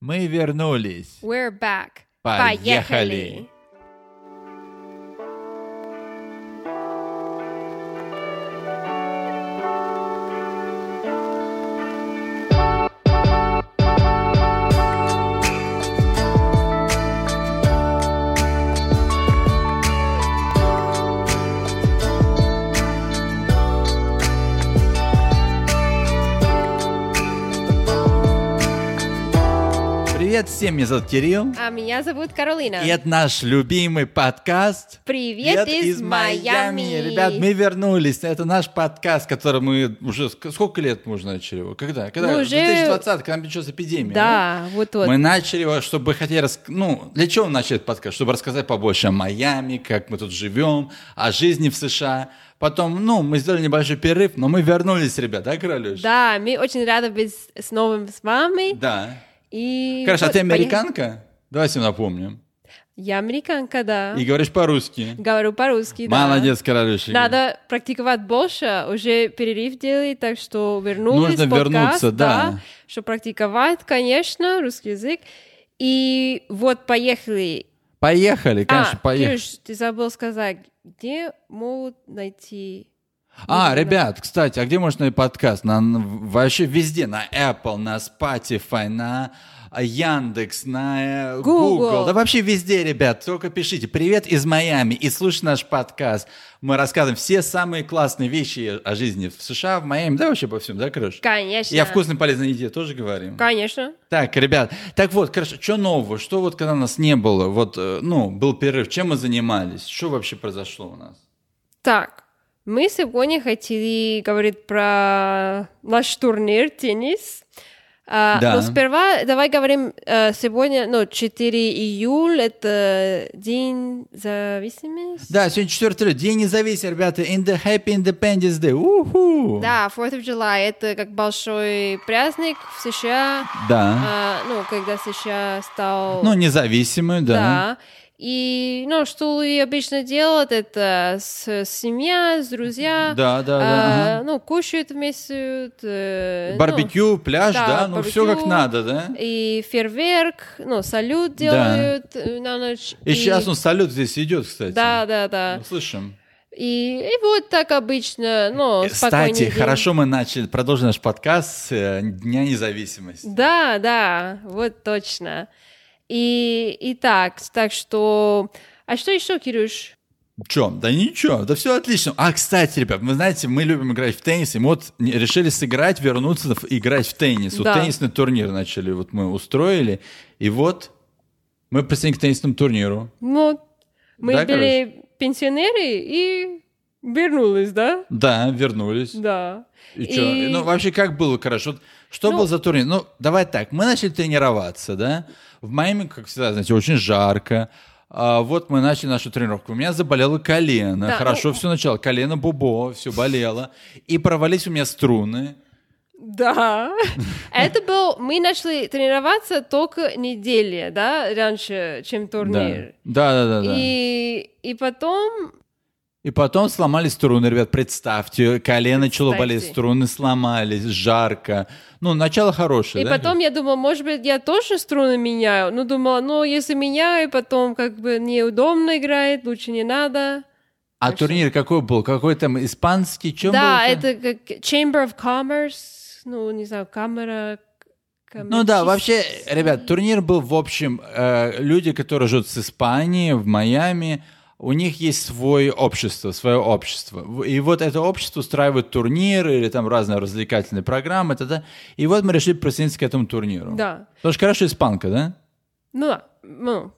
Мы вернулись. We're back. Поехали. Привет всем, меня зовут Кирилл. А меня зовут Каролина. И это наш любимый подкаст. Привет «Привет из Майами. Ребят, мы вернулись. Это наш подкаст, который мы уже... ск- Сколько лет мы уже начали его? Когда? Когда? Мы уже- 2020, когда началась эпидемия. Да, вот вот. Мы начали его, чтобы хотели... рас- Ну, для чего мы начали этот подкаст? Чтобы рассказать побольше о Майами, как мы тут живем, о жизни в США. Потом, ну, мы сделали небольшой перерыв, но мы вернулись, ребят, да, Королёш? Да, мы очень рады быть снова с вами. Да. И Короче, а вот, ты поехали. американка? Давай всем напомним. Я американка, да. И говоришь по-русски. Говорю по-русски, да. Молодец, Королёш. Игорь. Надо практиковать больше, уже перерыв делать, так что вернулись. Нужно в подкаст, вернуться, да. Что практиковать, конечно, русский язык. И вот поехали. Поехали, конечно, а, поехали. Кирюш, ты забыл сказать, где могут найти... А, Нужно. ребят, кстати, а где можно найти подкаст? На, на- вообще везде, на Apple, на Spotify, на а, Яндекс, на э, Google. Да вообще везде, ребят, только пишите. Привет из Майами и слушай наш подкаст. Мы рассказываем все самые классные вещи о жизни в США, в Майами, да вообще обо всем, да, Крыш? Конечно. И о вкусной полезной еде тоже говорим. Конечно. Так, ребят, так вот, короче, что нового? Что вот когда нас не было? Вот, э, ну, был перерыв, чем мы занимались? Что вообще произошло у нас? Так, мы сегодня хотели говорить про наш турнир теннис. А, Да. Но сперва давай говорим э, сегодня, ну, 4 июля, это День зависимости. Да, сегодня 4 лет, День независимости, ребята. In the Happy Independence Day. Уху! Да, 4 July, это как большой праздник в США, Да. а, ну, когда США стал... Ну, независимый, да. Да. И, ну, что и обычно делают, это с семья, с друзья. Да, да, да, а, ага. Ну, кушают вместе. э, ну, Барбекю, пляж, да, да, ну все как барбекю. надо, да? и фейерверк, ну, салют делают э, на ночь. И сейчас он салют здесь идет, кстати. Да, да, да. Мы слышим. И, и вот так обычно, ну, спокойный Э, Кстати, день. хорошо мы начали, продолжим наш подкаст с э, Дня независимости. Да, да, вот точно. И, и так, так что... А что еще, Кирюш? Чё? Да ничего, да все отлично. А, кстати, ребят, вы знаете, мы любим играть в теннис, и мы вот не- решили сыграть, вернуться в- играть в теннис. Вот Да. теннисный турнир начали, вот мы устроили, и вот мы присоединились к теннисному турниру. Ну, мы Да, были пенсионеры и вернулись, да? Да, вернулись. Да. И, чё? И- Ну, вообще, как было, хорошо? Вот Что Ну- был за турнир? Ну, давай так, мы начали тренироваться, да? В Майами, как всегда, знаете, очень жарко. А вот мы начали нашу тренировку. У меня заболело колено. Да, Хорошо, ну- все начало. Колено бубо, все болело. И провались у меня струны. Да. Это был... Мы начали тренироваться только недели, да, раньше, чем турнир. Да, да, да. да. И... И, и потом... потом сломались струны, ребят, представьте, колено начало Представьте. болеть, струны сломались, жарко. Ну, начало хорошее, и да? потом я думала, может быть, я тоже струны меняю. Ну, думала, ну, если меняю, потом как бы неудобно играет, лучше не надо. А турнир какой был? Какой там испанский? Чем да, был? это как Chamber of Commerce, ну, не знаю, камера... Ну да, коммерчес- вообще, ребят, турнир был, в общем, э, люди, которые живут с Испании, в Майами, у них есть свое общество, свое общество. В- И вот это общество устраивает турниры или там разные развлекательные программы, т.д. И вот мы решили присоединиться к этому турниру. Да. Потому что, хорошо, испанка, да? Ну да, ну,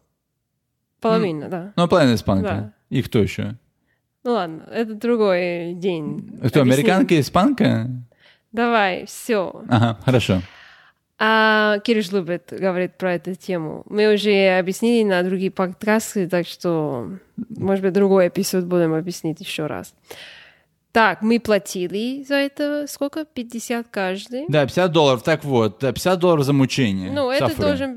половина, да. Ну, половина испанка. Да. И кто еще? Ну ладно, это другой день. Кто, Объясним. американка и испанка? Давай, все. Ага, хорошо. А Кириш любит говорить про эту тему. Мы уже объяснили на другие подкасты, так что, может быть, другой эпизод будем объяснить еще раз. Так, мы платили за это сколько? 50 каждый. Да, 50 долларов, так вот, да, 50 долларов за мучение. Ну, это Suffering. должен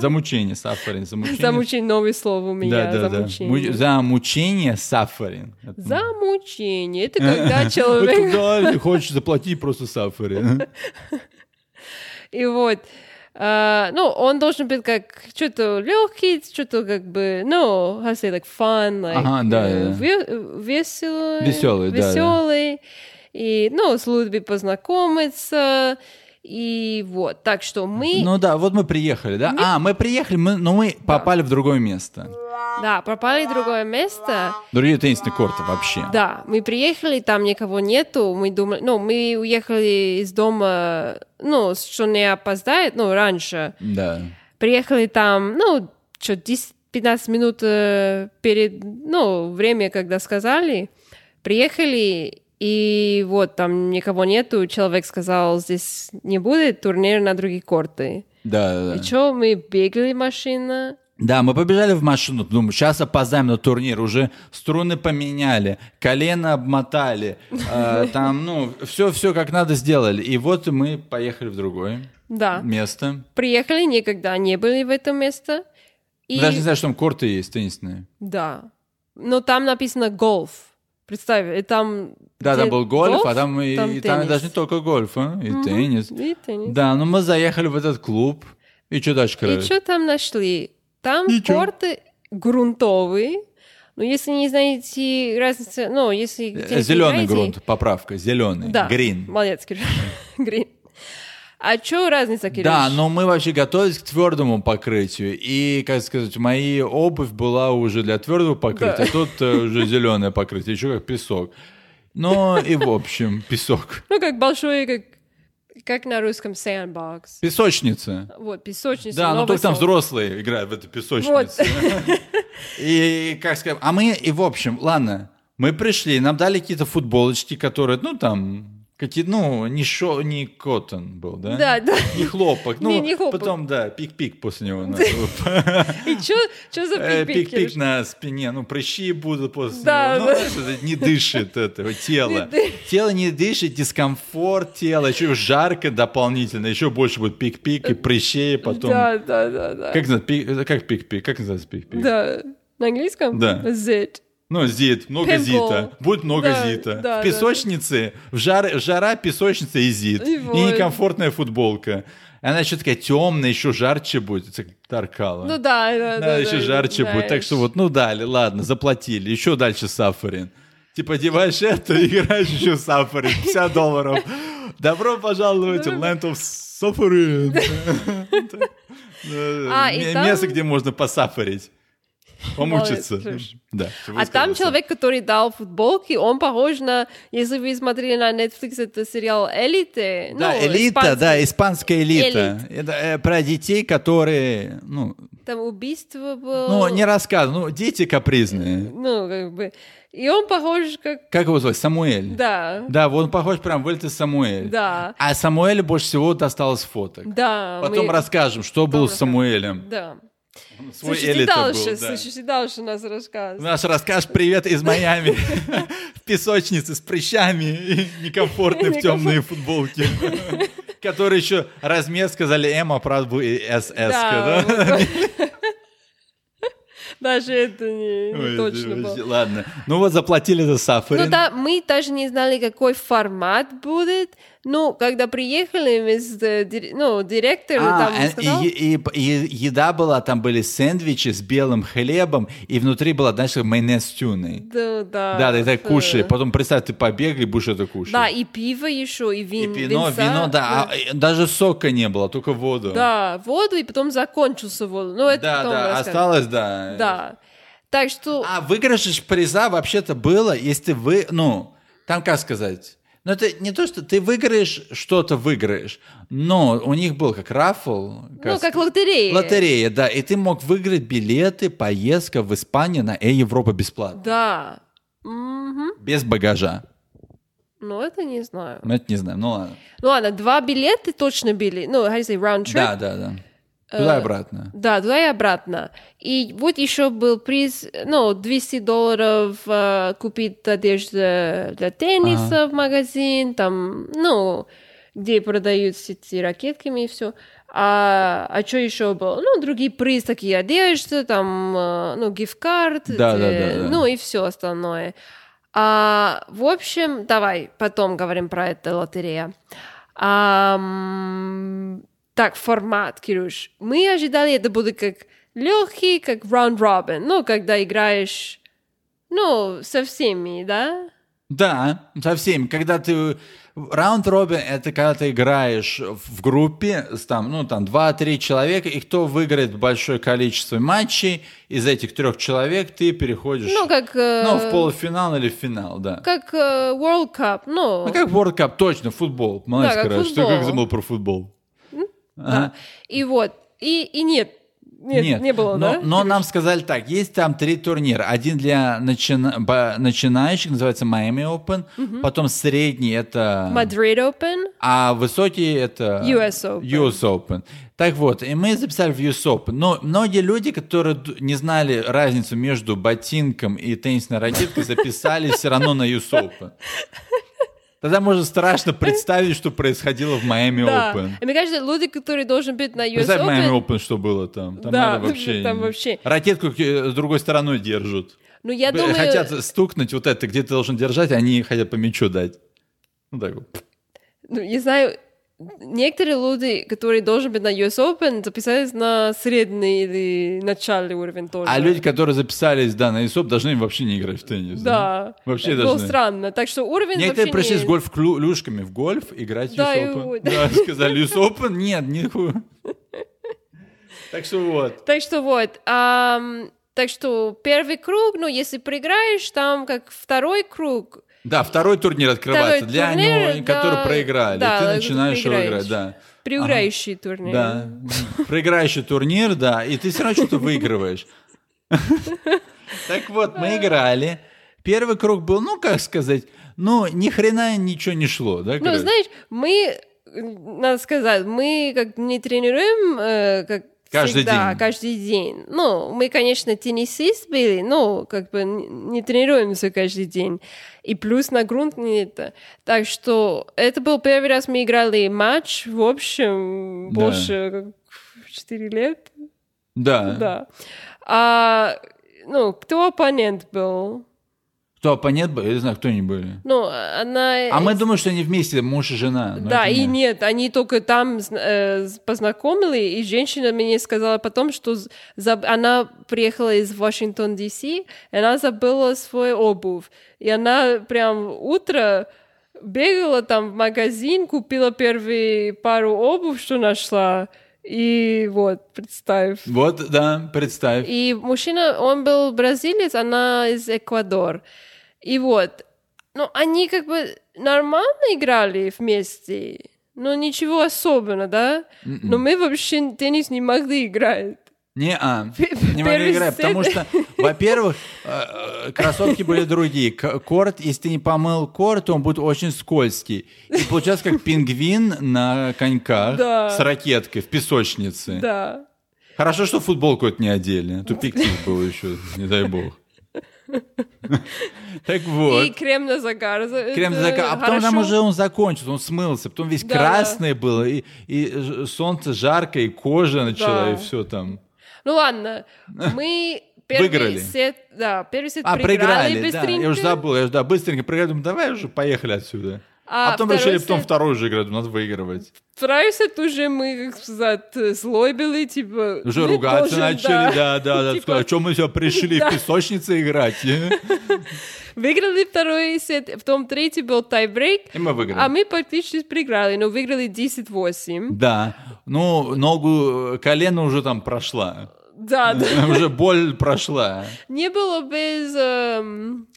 За мучение, suffering, за мучение. замучить новое слово у меня. Му- замучение. За мучение сафарин. Замучение. Это когда ну, человек Да, хочешь заплатить просто сафарин. И вот, э, А, ну, он должен быть как что-то легкий, что-то как бы, ну, how to say, like fun, like, Ага, да, э, да, да. ве- веселый. Веселый, да, да. веселый. И, ну, с Лудби познакомиться. И вот, так что мы, Ну да, вот мы приехали, да? А, мы приехали, мы, но мы попали в другое место. да, пропали в другое место. Другие теннисные корты вообще. Да, мы приехали, там никого нету, мы думали, ну, мы уехали из дома, ну, что не опоздает, ну, раньше. Да. Приехали там, ну, что, 10-15 минут э, перед, ну, время, когда сказали. Приехали, и вот там никого нету, человек сказал, здесь не будет турнир на другие корты. Да, да, да. И что, мы бегали машина, Да, мы побежали в машину, думаю, сейчас опоздаем на турнир, уже струны поменяли, колено обмотали, э, там, ну, все-все как надо сделали. И вот мы поехали в другое да. место. Приехали, никогда не были в этом месте. И... Даже не знаю, что там корты есть теннисные. Да. Но там написано гольф. Представь, и там... Да, где там был гольф, а гольф, там и, и там теннис. даже не только гольф, а, и теннис. И теннис. Да, ну мы заехали в этот клуб. И что дальше, И короче? что там нашли? Там И чё? корты грунтовые. Но если не знаете разницы... Ну, если... где-то Зеленый играете- Э, грунт, поправка, зеленый, Да. грин. Молодец, Кирюш. Грин. А что разница, Кирюш? Да, но мы вообще готовились к твердому покрытию. И, как сказать, моя обувь была уже для твердого покрытия, Да. а тут э, уже зеленое покрытие, еще как песок. Ну и в общем, песок. Ну, как большой, как... Как на русском sandbox. Песочница. Вот, песочница. Да, но новый только там сок. взрослые играют в эту Вот. песочницу. И как сказать, а мы и в общем, ладно, мы пришли, нам дали какие-то футболочки, которые, ну там, какие, ну не шо, не коттон был, да? Да, да. Не хлопок. Ну, Не, не хлопок. потом, да, пик-пик после него. надо было. И что за Э, пик-пик, Кирюш? Пик-пик на спине, ну, прыщи будут после Да, него. Ну, да. это не дышит этого тела. Не дышит. Тело не дышит, дискомфорт тела, еще жарко дополнительно, еще больше будет пик-пик и прыщей а потом. Да, да, да, да. Как называется пик- это как пик-пик? Как называется пик-пик? Да. На английском? Да. Zit. Ну, зит, много Пинбол. зита. Будет много Да, зита. да, в песочнице, в жар, жара, песочница и зит. И И, вот. некомфортная футболка. Она еще такая темная, еще жарче будет. Это как Таркала. Ну да, да, Она да. еще да, жарче да, будет. Так что вот, ну дали, ладно, заплатили. Еще дальше сафарин. Типа деваешь это, играешь еще сафарин. 50 долларов. Добро пожаловать в Ну, Land of Suffering. А, и М- там- Место, где можно посафарить. Помучиться. Молодец, Да, А там высказался. человек, который дал футболки, он похож на... Если вы смотрели на Netflix, это сериал «Элиты». Да, ну, элита, испанский. да, испанская элита. Элит. Это, э, про детей, которые, ну, Там убийство было. ну, не рассказывают, ну, дети капризные. Ну, как бы... И он похож как... Как его звать? Самуэль. Да, Да, вот он похож прям в Эльте Самуэль. да, А Самуэлю больше всего досталось фоток. да. Потом мы- расскажем, что было с расскажем. Самуэлем. Да. Свой Слушайте Элита был, дальше, да. слушайте дальше нас рассказ. Наш рассказ «Привет из Майами» в песочнице с прыщами и некомфортной в темные футболке. Который еще размер сказали М, а правда был и СС. Да, да? вот. Даже это не, не Ой, точно было. вообще, Ладно. Ну вот заплатили за Ну сафарин. да, мы даже не знали, какой формат будет. Ну, когда приехали, мы с, э, дир- ну, директор А, там э, сказал... и, и- и- и еда была, там были сэндвичи с белым хлебом, и внутри была, знаешь, как майонез с тюной. Да, да. э, Да, ты так да. кушали. Потом представь, ты побегал и будешь это кушать. Да, и пиво еще, и И вин, пино, винца. вино, да. А, э, даже сока не было, только воду. Да, воду, и потом закончился воду. Ну, это да, потом да, расскажем. осталось, да. Да. Так что... А выигрышешь приза вообще-то было, если вы, ну, там как сказать... Ну, это не то, что ты выиграешь, что-то выиграешь, но у них был как рафл. ну, как сказать, лотерея. лотерея, да, и ты мог выиграть билеты, поездка в Испанию на Э-Европа бесплатно, Да. Мгм. без багажа. Ну, это не знаю. Ну, это не знаю, ну ладно. Ну, ладно, два билета точно были. Ну, how do you say, round trip? Да, да, да. Э, Туда и обратно. Да, туда и обратно. И вот еще был приз, ну, 200 долларов э, купить одежду для тенниса в магазин, там, ну, где продают с эти ракетками и все. А, а что еще было? Ну, другие приз, такие одежды, там, э, ну, гифкарт, Да, да, э, да, да. ну, и все остальное. А, в общем, давай потом говорим про это лотерея. Ам, Так, формат, Кирюш. Мы ожидали, это будет как легкий, как раунд-робин. Ну, когда играешь, ну, со всеми, да? Да, совсем. Когда ты... Раунд робин — это когда ты играешь в группе, с там, ну, там 2-3 человека, и кто выиграет большое количество матчей из этих трех человек, ты переходишь Ну, как... э, ну, в полуфинал или в финал, да. Как э, World Cup, ну... Ну, как World Cup, точно, футбол. Молодец, Да, как Караш, ты как футбол. забыл про футбол? да. И вот, и, и нет, нет, не было, но, да? но нам сказали так, есть там три турнира. Один для начина- ба- начинающих, называется Miami Open, потом средний это... Madrid Open, А высокий это... US Open. US Open. Так вот, и мы записали в US Open. Но многие люди, которые д- не знали разницу между ботинком и теннисной ракеткой, записали все равно на US Open. Тогда можно страшно представить, что происходило в Майами да. Open. И мне кажется, люди, которые должен быть на US Представь Open, Майами Open, что было там. Там Да, надо вообще... там вообще. Ракетку э, с другой стороной держат. ну, я Б- думаю... Хотят стукнуть вот это, где ты должен держать, а они хотят по мячу дать. Ну так вот. Ну, не знаю, некоторые люди, которые должны быть на US Open, записались на средний или начальный уровень тоже. А люди, которые записались, да, на ИСОП, должны вообще не играть в теннис. Да. Вообще Это было должны. странно. Так что уровень Некоторые вообще пришли не- с гольф-клюшками в гольф играть Да, US и Open. вот. Да, сказали, US Open? Нет, нихуя. Так что вот. Так что вот. ам, так что первый круг, ну, если проиграешь, там как второй круг, Да, второй турнир открывается Второй для турнир, него, которые да, проиграли. да, Ты вот начинаешь его проиграешь. играть, да. проиграющий турнир. Да. Проиграющий турнир, да. И ты все равно что-то выигрываешь. Так вот, мы играли. Первый круг был, ну, как сказать, ну, ни хрена ничего не шло, да? Ну, короче? знаешь, мы, э, надо сказать, мы как не тренируем, э, как Каждый всегда, день. каждый день. Ну, мы, конечно, теннисист были, но как бы н- не тренируемся каждый день. И плюс на грунт не это. Так что это был первый раз мы играли матч, в общем, Да. больше как 4 лет. Ну Да. Да. А, ну, кто оппонент был? Кто оппонент был, я не знаю, кто они были. Ну, она... А мы думаем, что они вместе, муж и жена. но Да, это и нет, они только там зн- э, с- познакомили, и женщина мне сказала потом, что з- заб- она приехала из Вашингтон, Д.С., и она забыла свой обувь. И она прям утро бегала там в магазин, купила первые пару обувь, что нашла, и вот, представь. Вот, да, представь. И мужчина, он был бразилец, она из Эквадор. И вот, ну, они как бы нормально играли вместе, но ничего особенного, да? М-м. Но мы вообще теннис не могли играть. Не, а, не могли первый играть, сет. потому что, во-первых, э, э, кроссовки были другие. К- Корт, если ты не помыл корт, он будет очень скользкий. И получается, как пингвин на коньках Да. с ракеткой в песочнице. Да. Хорошо, что футболку это не одели. Тупик здесь был еще, не дай бог. Так вот. И крем на загар. за- Крем это зака- А потом нам хорошо. уже он закончился, он смылся, потом весь Да. красный был, и, и ж- солнце жарко, и кожа начала, Да. и все там. Ну ладно, мы первый Выиграли. сет, да, первый сет А, проиграли, да. быстренько. Я уже забыл, я уже, да, быстренько проиграли, думаю, давай уже поехали отсюда. А, А потом второй решили, потом сет- вторую же играть, надо выигрывать. Второй сет уже мы, как сказать, злой были, типа... Уже мы ругаться должен, начали, да, да, да. Типа, Сказали, что мы все пришли в Да. песочнице играть? э?» Выиграли второй сет, потом третий был тайбрейк, И мы а выиграли. мы практически проиграли, но выиграли 10-8. Да, ну, ногу, э, колено уже там прошла. Да, да. Уже боль прошла. Не было без... эм,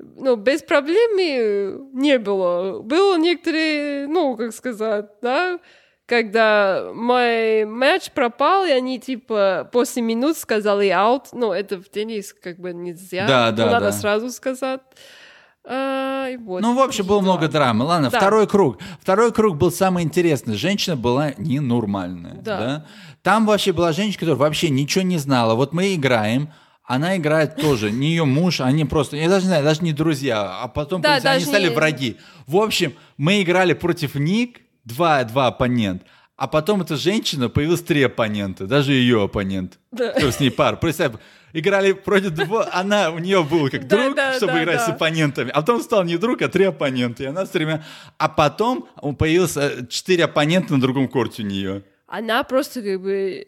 ну, без проблем э, не было. Было некоторые, ну, как сказать, да, когда мой матч пропал, и они, типа, после минут сказали аут, ну, это в теннис как бы нельзя. Да, Ну, да, Надо да. сразу сказать. А, и вот Ну, в общем, было такие много дела. драмы. Ладно, Да. второй круг. Второй круг был самый интересный. Женщина была ненормальная. Да. Да. Там вообще была женщина, которая вообще ничего не знала. Вот мы играем, она играет тоже. Не ее муж, они просто, я даже не знаю, даже не друзья. А потом Да, понимаете, они даже стали не- враги. В общем, мы играли против них, два, два оппонента. А потом эта женщина, появилась три оппонента, даже ее оппонент. Да. Кто с ней пар. Представь, играли против двух, она, у нее был как Да, друг, да, чтобы да, играть с да. оппонентами, а потом стал не друг, а три оппонента, и она с тремя, а потом появился э, четыре оппонента на другом корте у нее. Она просто как бы...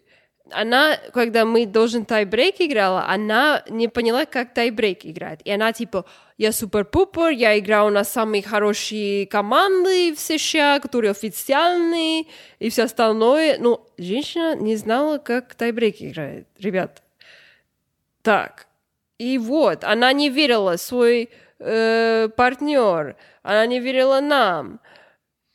Она, когда мы должен тайбрейк играла, она не поняла, как тайбрейк играет. И она типа, я супер-пупер, я играю на самые хорошие команды в США, которые официальные, и все остальное. Но женщина не знала, как тайбрейк играет, ребят. Так. И вот, она не верила свой э, партнер, она не верила нам.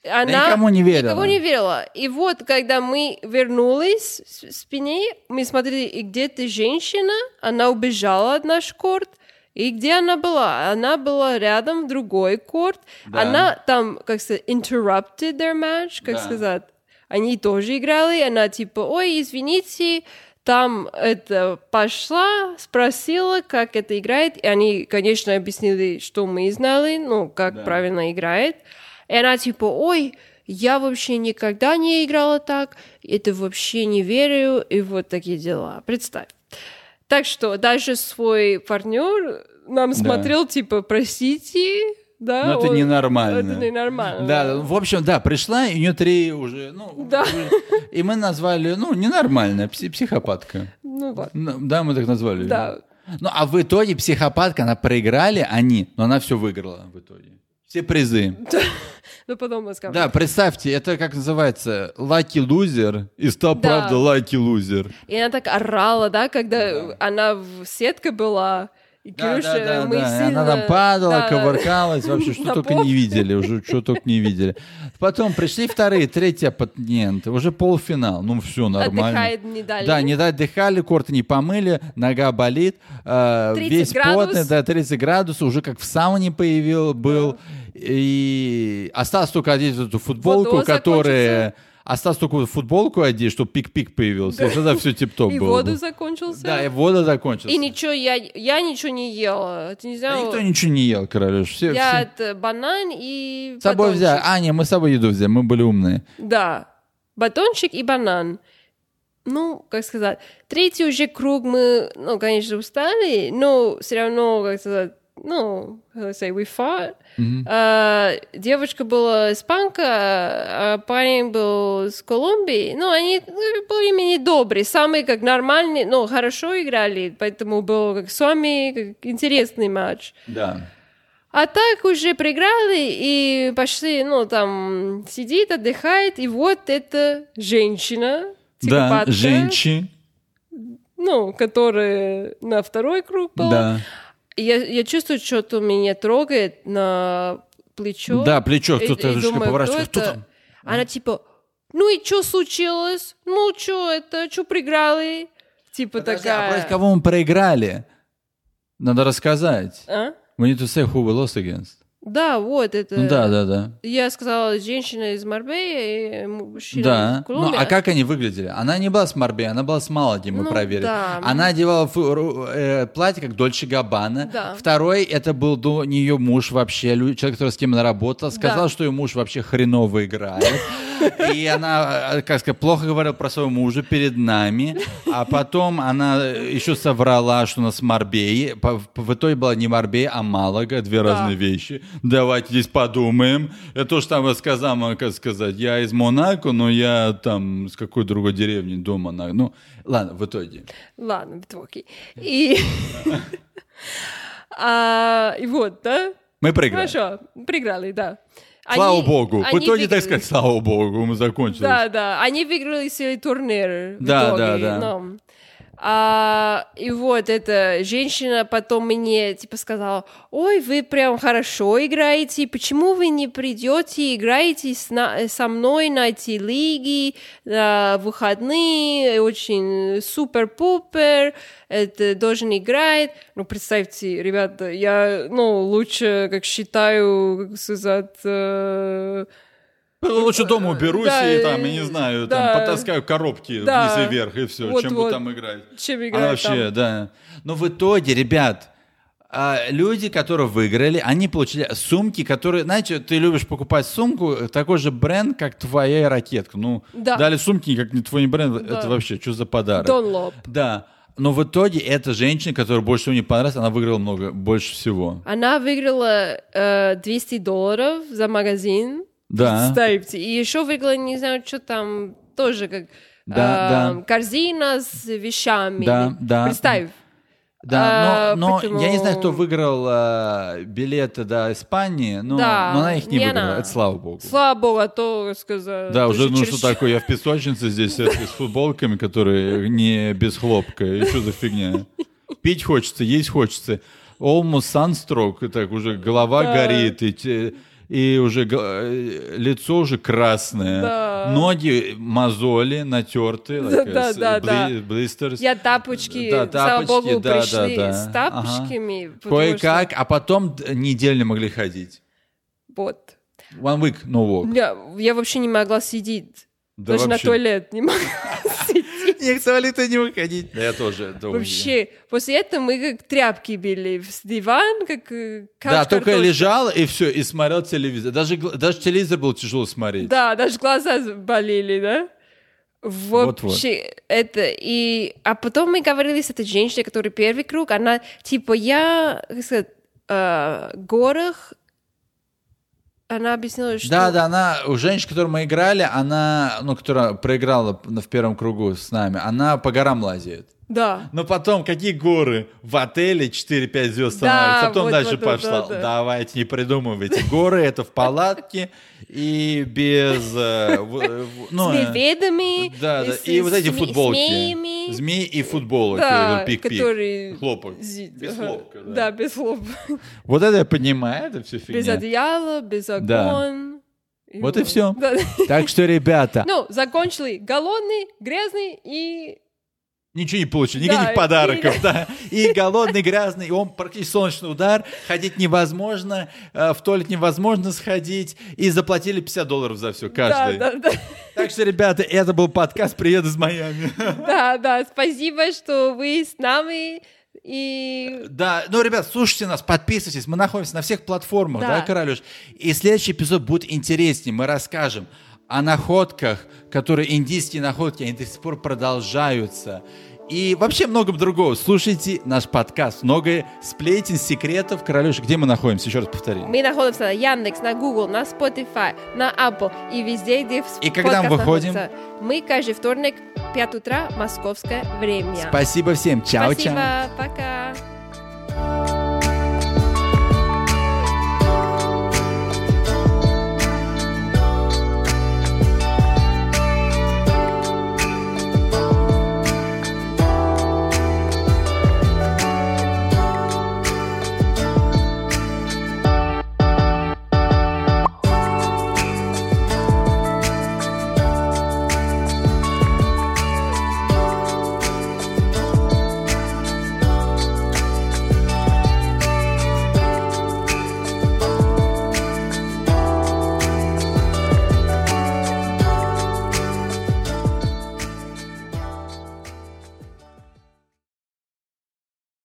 Она... никому не верила. Никого не верила. И вот, когда мы вернулись с- с спине, мы смотрели, и где ты женщина, она убежала от наш корт, и где она была? Она была рядом в другой корт. Да. Она там, как сказать, interrupted their match, как Да. сказать. Они тоже играли, и она типа, ой, извините, там это пошла, спросила, как это играет, и они, конечно, объяснили, что мы знали, ну, как Да. правильно играет. И она типа, ой, я вообще никогда не играла так, это вообще не верю, и вот такие дела. Представь. Так что даже свой партнер нам смотрел, типа, простите, да? Но Ну, это он- ненормально. Это ненормально. Да, в общем, да, пришла, и у нее три уже, ну, Да. уже- и мы назвали, ну, ненормальная, пси- психопатка. Ну вот. Ну, Да, мы так назвали. её. Да. Ну, а в итоге психопатка, она проиграли они, но она все выиграла в итоге. Все призы. Ну потом мы скажем. Да, представьте, это как называется, лаки лузер и стал Да. правда лаки лузер. И она так орала, да, когда Да. она в сетке была. И Да, Кирюша, да, да, мы да. И сильно... Она там падала, Да, да. кувыркалась, вообще что На только пол. не видели, уже что только не видели. Потом пришли вторые, третьи оппоненты, уже полуфинал, ну все нормально. Отдыхает, не дали. Да, не отдыхали, корт не помыли, нога болит, э, 30 весь градус. потный, да, 30 градусов, уже как в сауне появил, был. И осталось только одеть эту футболку, закончится. которая... Осталось только футболку одеть, чтобы пик-пик появился, и тогда все тип-топ И было. воду бы. закончился. Да, и вода закончилась. И ничего, я, я ничего не ела. Ты не Да знала? никто ничего не ел, королёш. Все, Я все. это банан и С собой батончик. взяли. А, не, мы с собой еду взяли, мы были умные. Да, батончик и банан. Ну, как сказать, третий уже круг мы, ну, конечно, устали, но все равно, как сказать, ну, how to say, we fought. Мгм. А, девочка была испанка, а парень был с Колумбии. Ну, они ну, более-менее добрые, самые как нормальные, ну, хорошо играли, поэтому был как с вами как интересный матч. Да. А так уже проиграли и пошли, ну, там, сидит, отдыхает, и вот эта женщина, Да, психопатка, женщи. ну, которая на второй круг была. Да. И Я, я чувствую, что-то меня трогает на плечо. Да, плечо, И- кто-то и немножко думаю, поворачивает. кто Кто это? там? Она типа, ну и что случилось? Ну, что это? Что проиграли? Типа Подожди, а такая... против кого мы проиграли? Надо рассказать. А? We need to say who we lost against. Да, вот это... Ну да, да, да. Я сказала, женщина из Марбея и мужчина из Да. Ну, Колумбии. а как они выглядели? Она не была с Марбе, она была с Малади, мы Ну, проверили. да. Она одевала фу- ру- э, платье, как Дольче Габбана. Да. Второй, это был до нее муж вообще, лю- человек, который с кем она работала, сказал, Да. что ее муж вообще хреново играет. И она, э, как сказать, плохо говорила про своего мужа перед нами, а потом она еще соврала, что она с Марбеи. По- по- В итоге была не Марбея, а Малага, две Да. разные вещи. Давайте здесь подумаем. Э, Я тоже там сказала, э, как сказать, я из Монако, но я там с какой другой деревни дома. Ну, ладно, в итоге. Ладно, битвоки. Э. И... А, и вот, да? Мы проиграли. Хорошо, проиграли, да. Они- Слава богу. В они итоге, так выиграли. сказать, слава богу, мы закончили. Да, да, они выиграли свой турнир. в Да, итоге, да, да. но. А, и вот эта женщина потом мне типа сказала, ой, вы прям хорошо играете, почему вы не придете и играете с на- со мной на эти лиги, на выходные, очень супер-пупер, это должен играть. Ну, представьте, ребята, я, ну, лучше, как считаю, как сказать... э, Ну, Лучше дома уберусь Да, и там, я не знаю, да. там потаскаю коробки Да. вниз и вверх, и все, Вот, чем вот. бы там играть. чем играть А вообще, там. да. Но в итоге, ребят, а, люди, которые выиграли, они получили сумки, которые, знаете, ты любишь покупать сумку, э, такой же бренд, как твоя ракетка. Ну, Да. дали сумки, как не твой бренд, Да. это вообще, что за подарок? Dunlop. Да. Но в итоге эта женщина, которая больше всего мне понравилась, она выиграла много, больше всего. Она выиграла э, 200 долларов за магазин. Да. Представьте. И еще выиграла, не знаю, что там, тоже как Да, э, да. корзина с вещами. Да, да. Представь. Да, А, но, но почему? я не знаю, кто выиграл а, билеты до Испании, но, Да, но она их не, не выиграла, она. это слава богу. Слава богу, а то сказала. Да, ты уже же ну чересчур- что такое, я в песочнице здесь э, с футболками, которые не без хлопка, и что за фигня? Пить хочется, есть хочется. Almost sunstroke, и так уже голова Да. горит, и, те- и уже го- э, лицо уже красное, Да. ноги мозоли натерты, like, Да, э, с- да, да. бли- blisters. Я тапочки, Да, слава тапочки, богу, да, да, пришли да. с тапочками. потому Кое-как, а потом д- неделю не могли ходить. что- Вот. One week, no walk. Я, я вообще не могла сидеть. Да Даже на вообще. туалет не могла сидеть. Я к туалету не выходить. Да я тоже. это увидел. Вообще, после этого мы как тряпки били в диван, как э, каш Да, только я картошка. лежал и все, и смотрел телевизор. Даже, гл- даже телевизор было тяжело смотреть. Да, даже глаза болели, да? Вот-вот. Вообще, это и... А потом мы говорили с этой женщиной, которая первый круг, она типа, я, как сказать, э, горах... Она объяснила, что... Да, да, она, у женщины, которую мы играли, она, ну, которая проиграла п- в первом кругу с нами, она по горам лазит. Да. Но потом, какие горы? В отеле 4-5 звезд Да, становится, потом вот, дальше вот, вот, пошла. да, да. Давайте, не придумывайте. Горы — это в палатке и без... э, в- в- ну, с э, медведями, Да, да. с- И вот эти сме- футболки. змеями. Змеи и футболок. Да, э, пик-пик. которые- Хлопок. Зи- Без ага. хлопка, да. Да, без хлопка. Вот это я понимаю, это все Без фигня. одеяла, без окон. Да. Вот и всё. Да. Так что, ребята, Ну, закончили голодный, грязный и... ничего не получили, Да, никаких и- подарков, да. И голодный, грязный, и он практически солнечный удар, ходить невозможно, э, в туалет невозможно сходить, и заплатили 50 долларов за все, каждый. Да, да, да. Так что, ребята, это был подкаст «Привет из Майами». Да, да, спасибо, что вы с нами. И Да, ну, ребят, слушайте нас, подписывайтесь. Мы находимся на всех платформах, да, Да. Королюш? И следующий эпизод будет интереснее. Мы расскажем о находках, которые индийские находки, они до сих пор продолжаются. И вообще многом другого. Слушайте наш подкаст. Многое сплетен, секретов. Королюш, где мы находимся? Еще раз повтори. мы находимся на Яндекс, на Google, на Spotify, на Apple и везде, где в- И когда мы подкаст выходим? находится. Мы каждый вторник, 5 утра, московское время. Спасибо всем. Чао-чао. Спасибо, пока.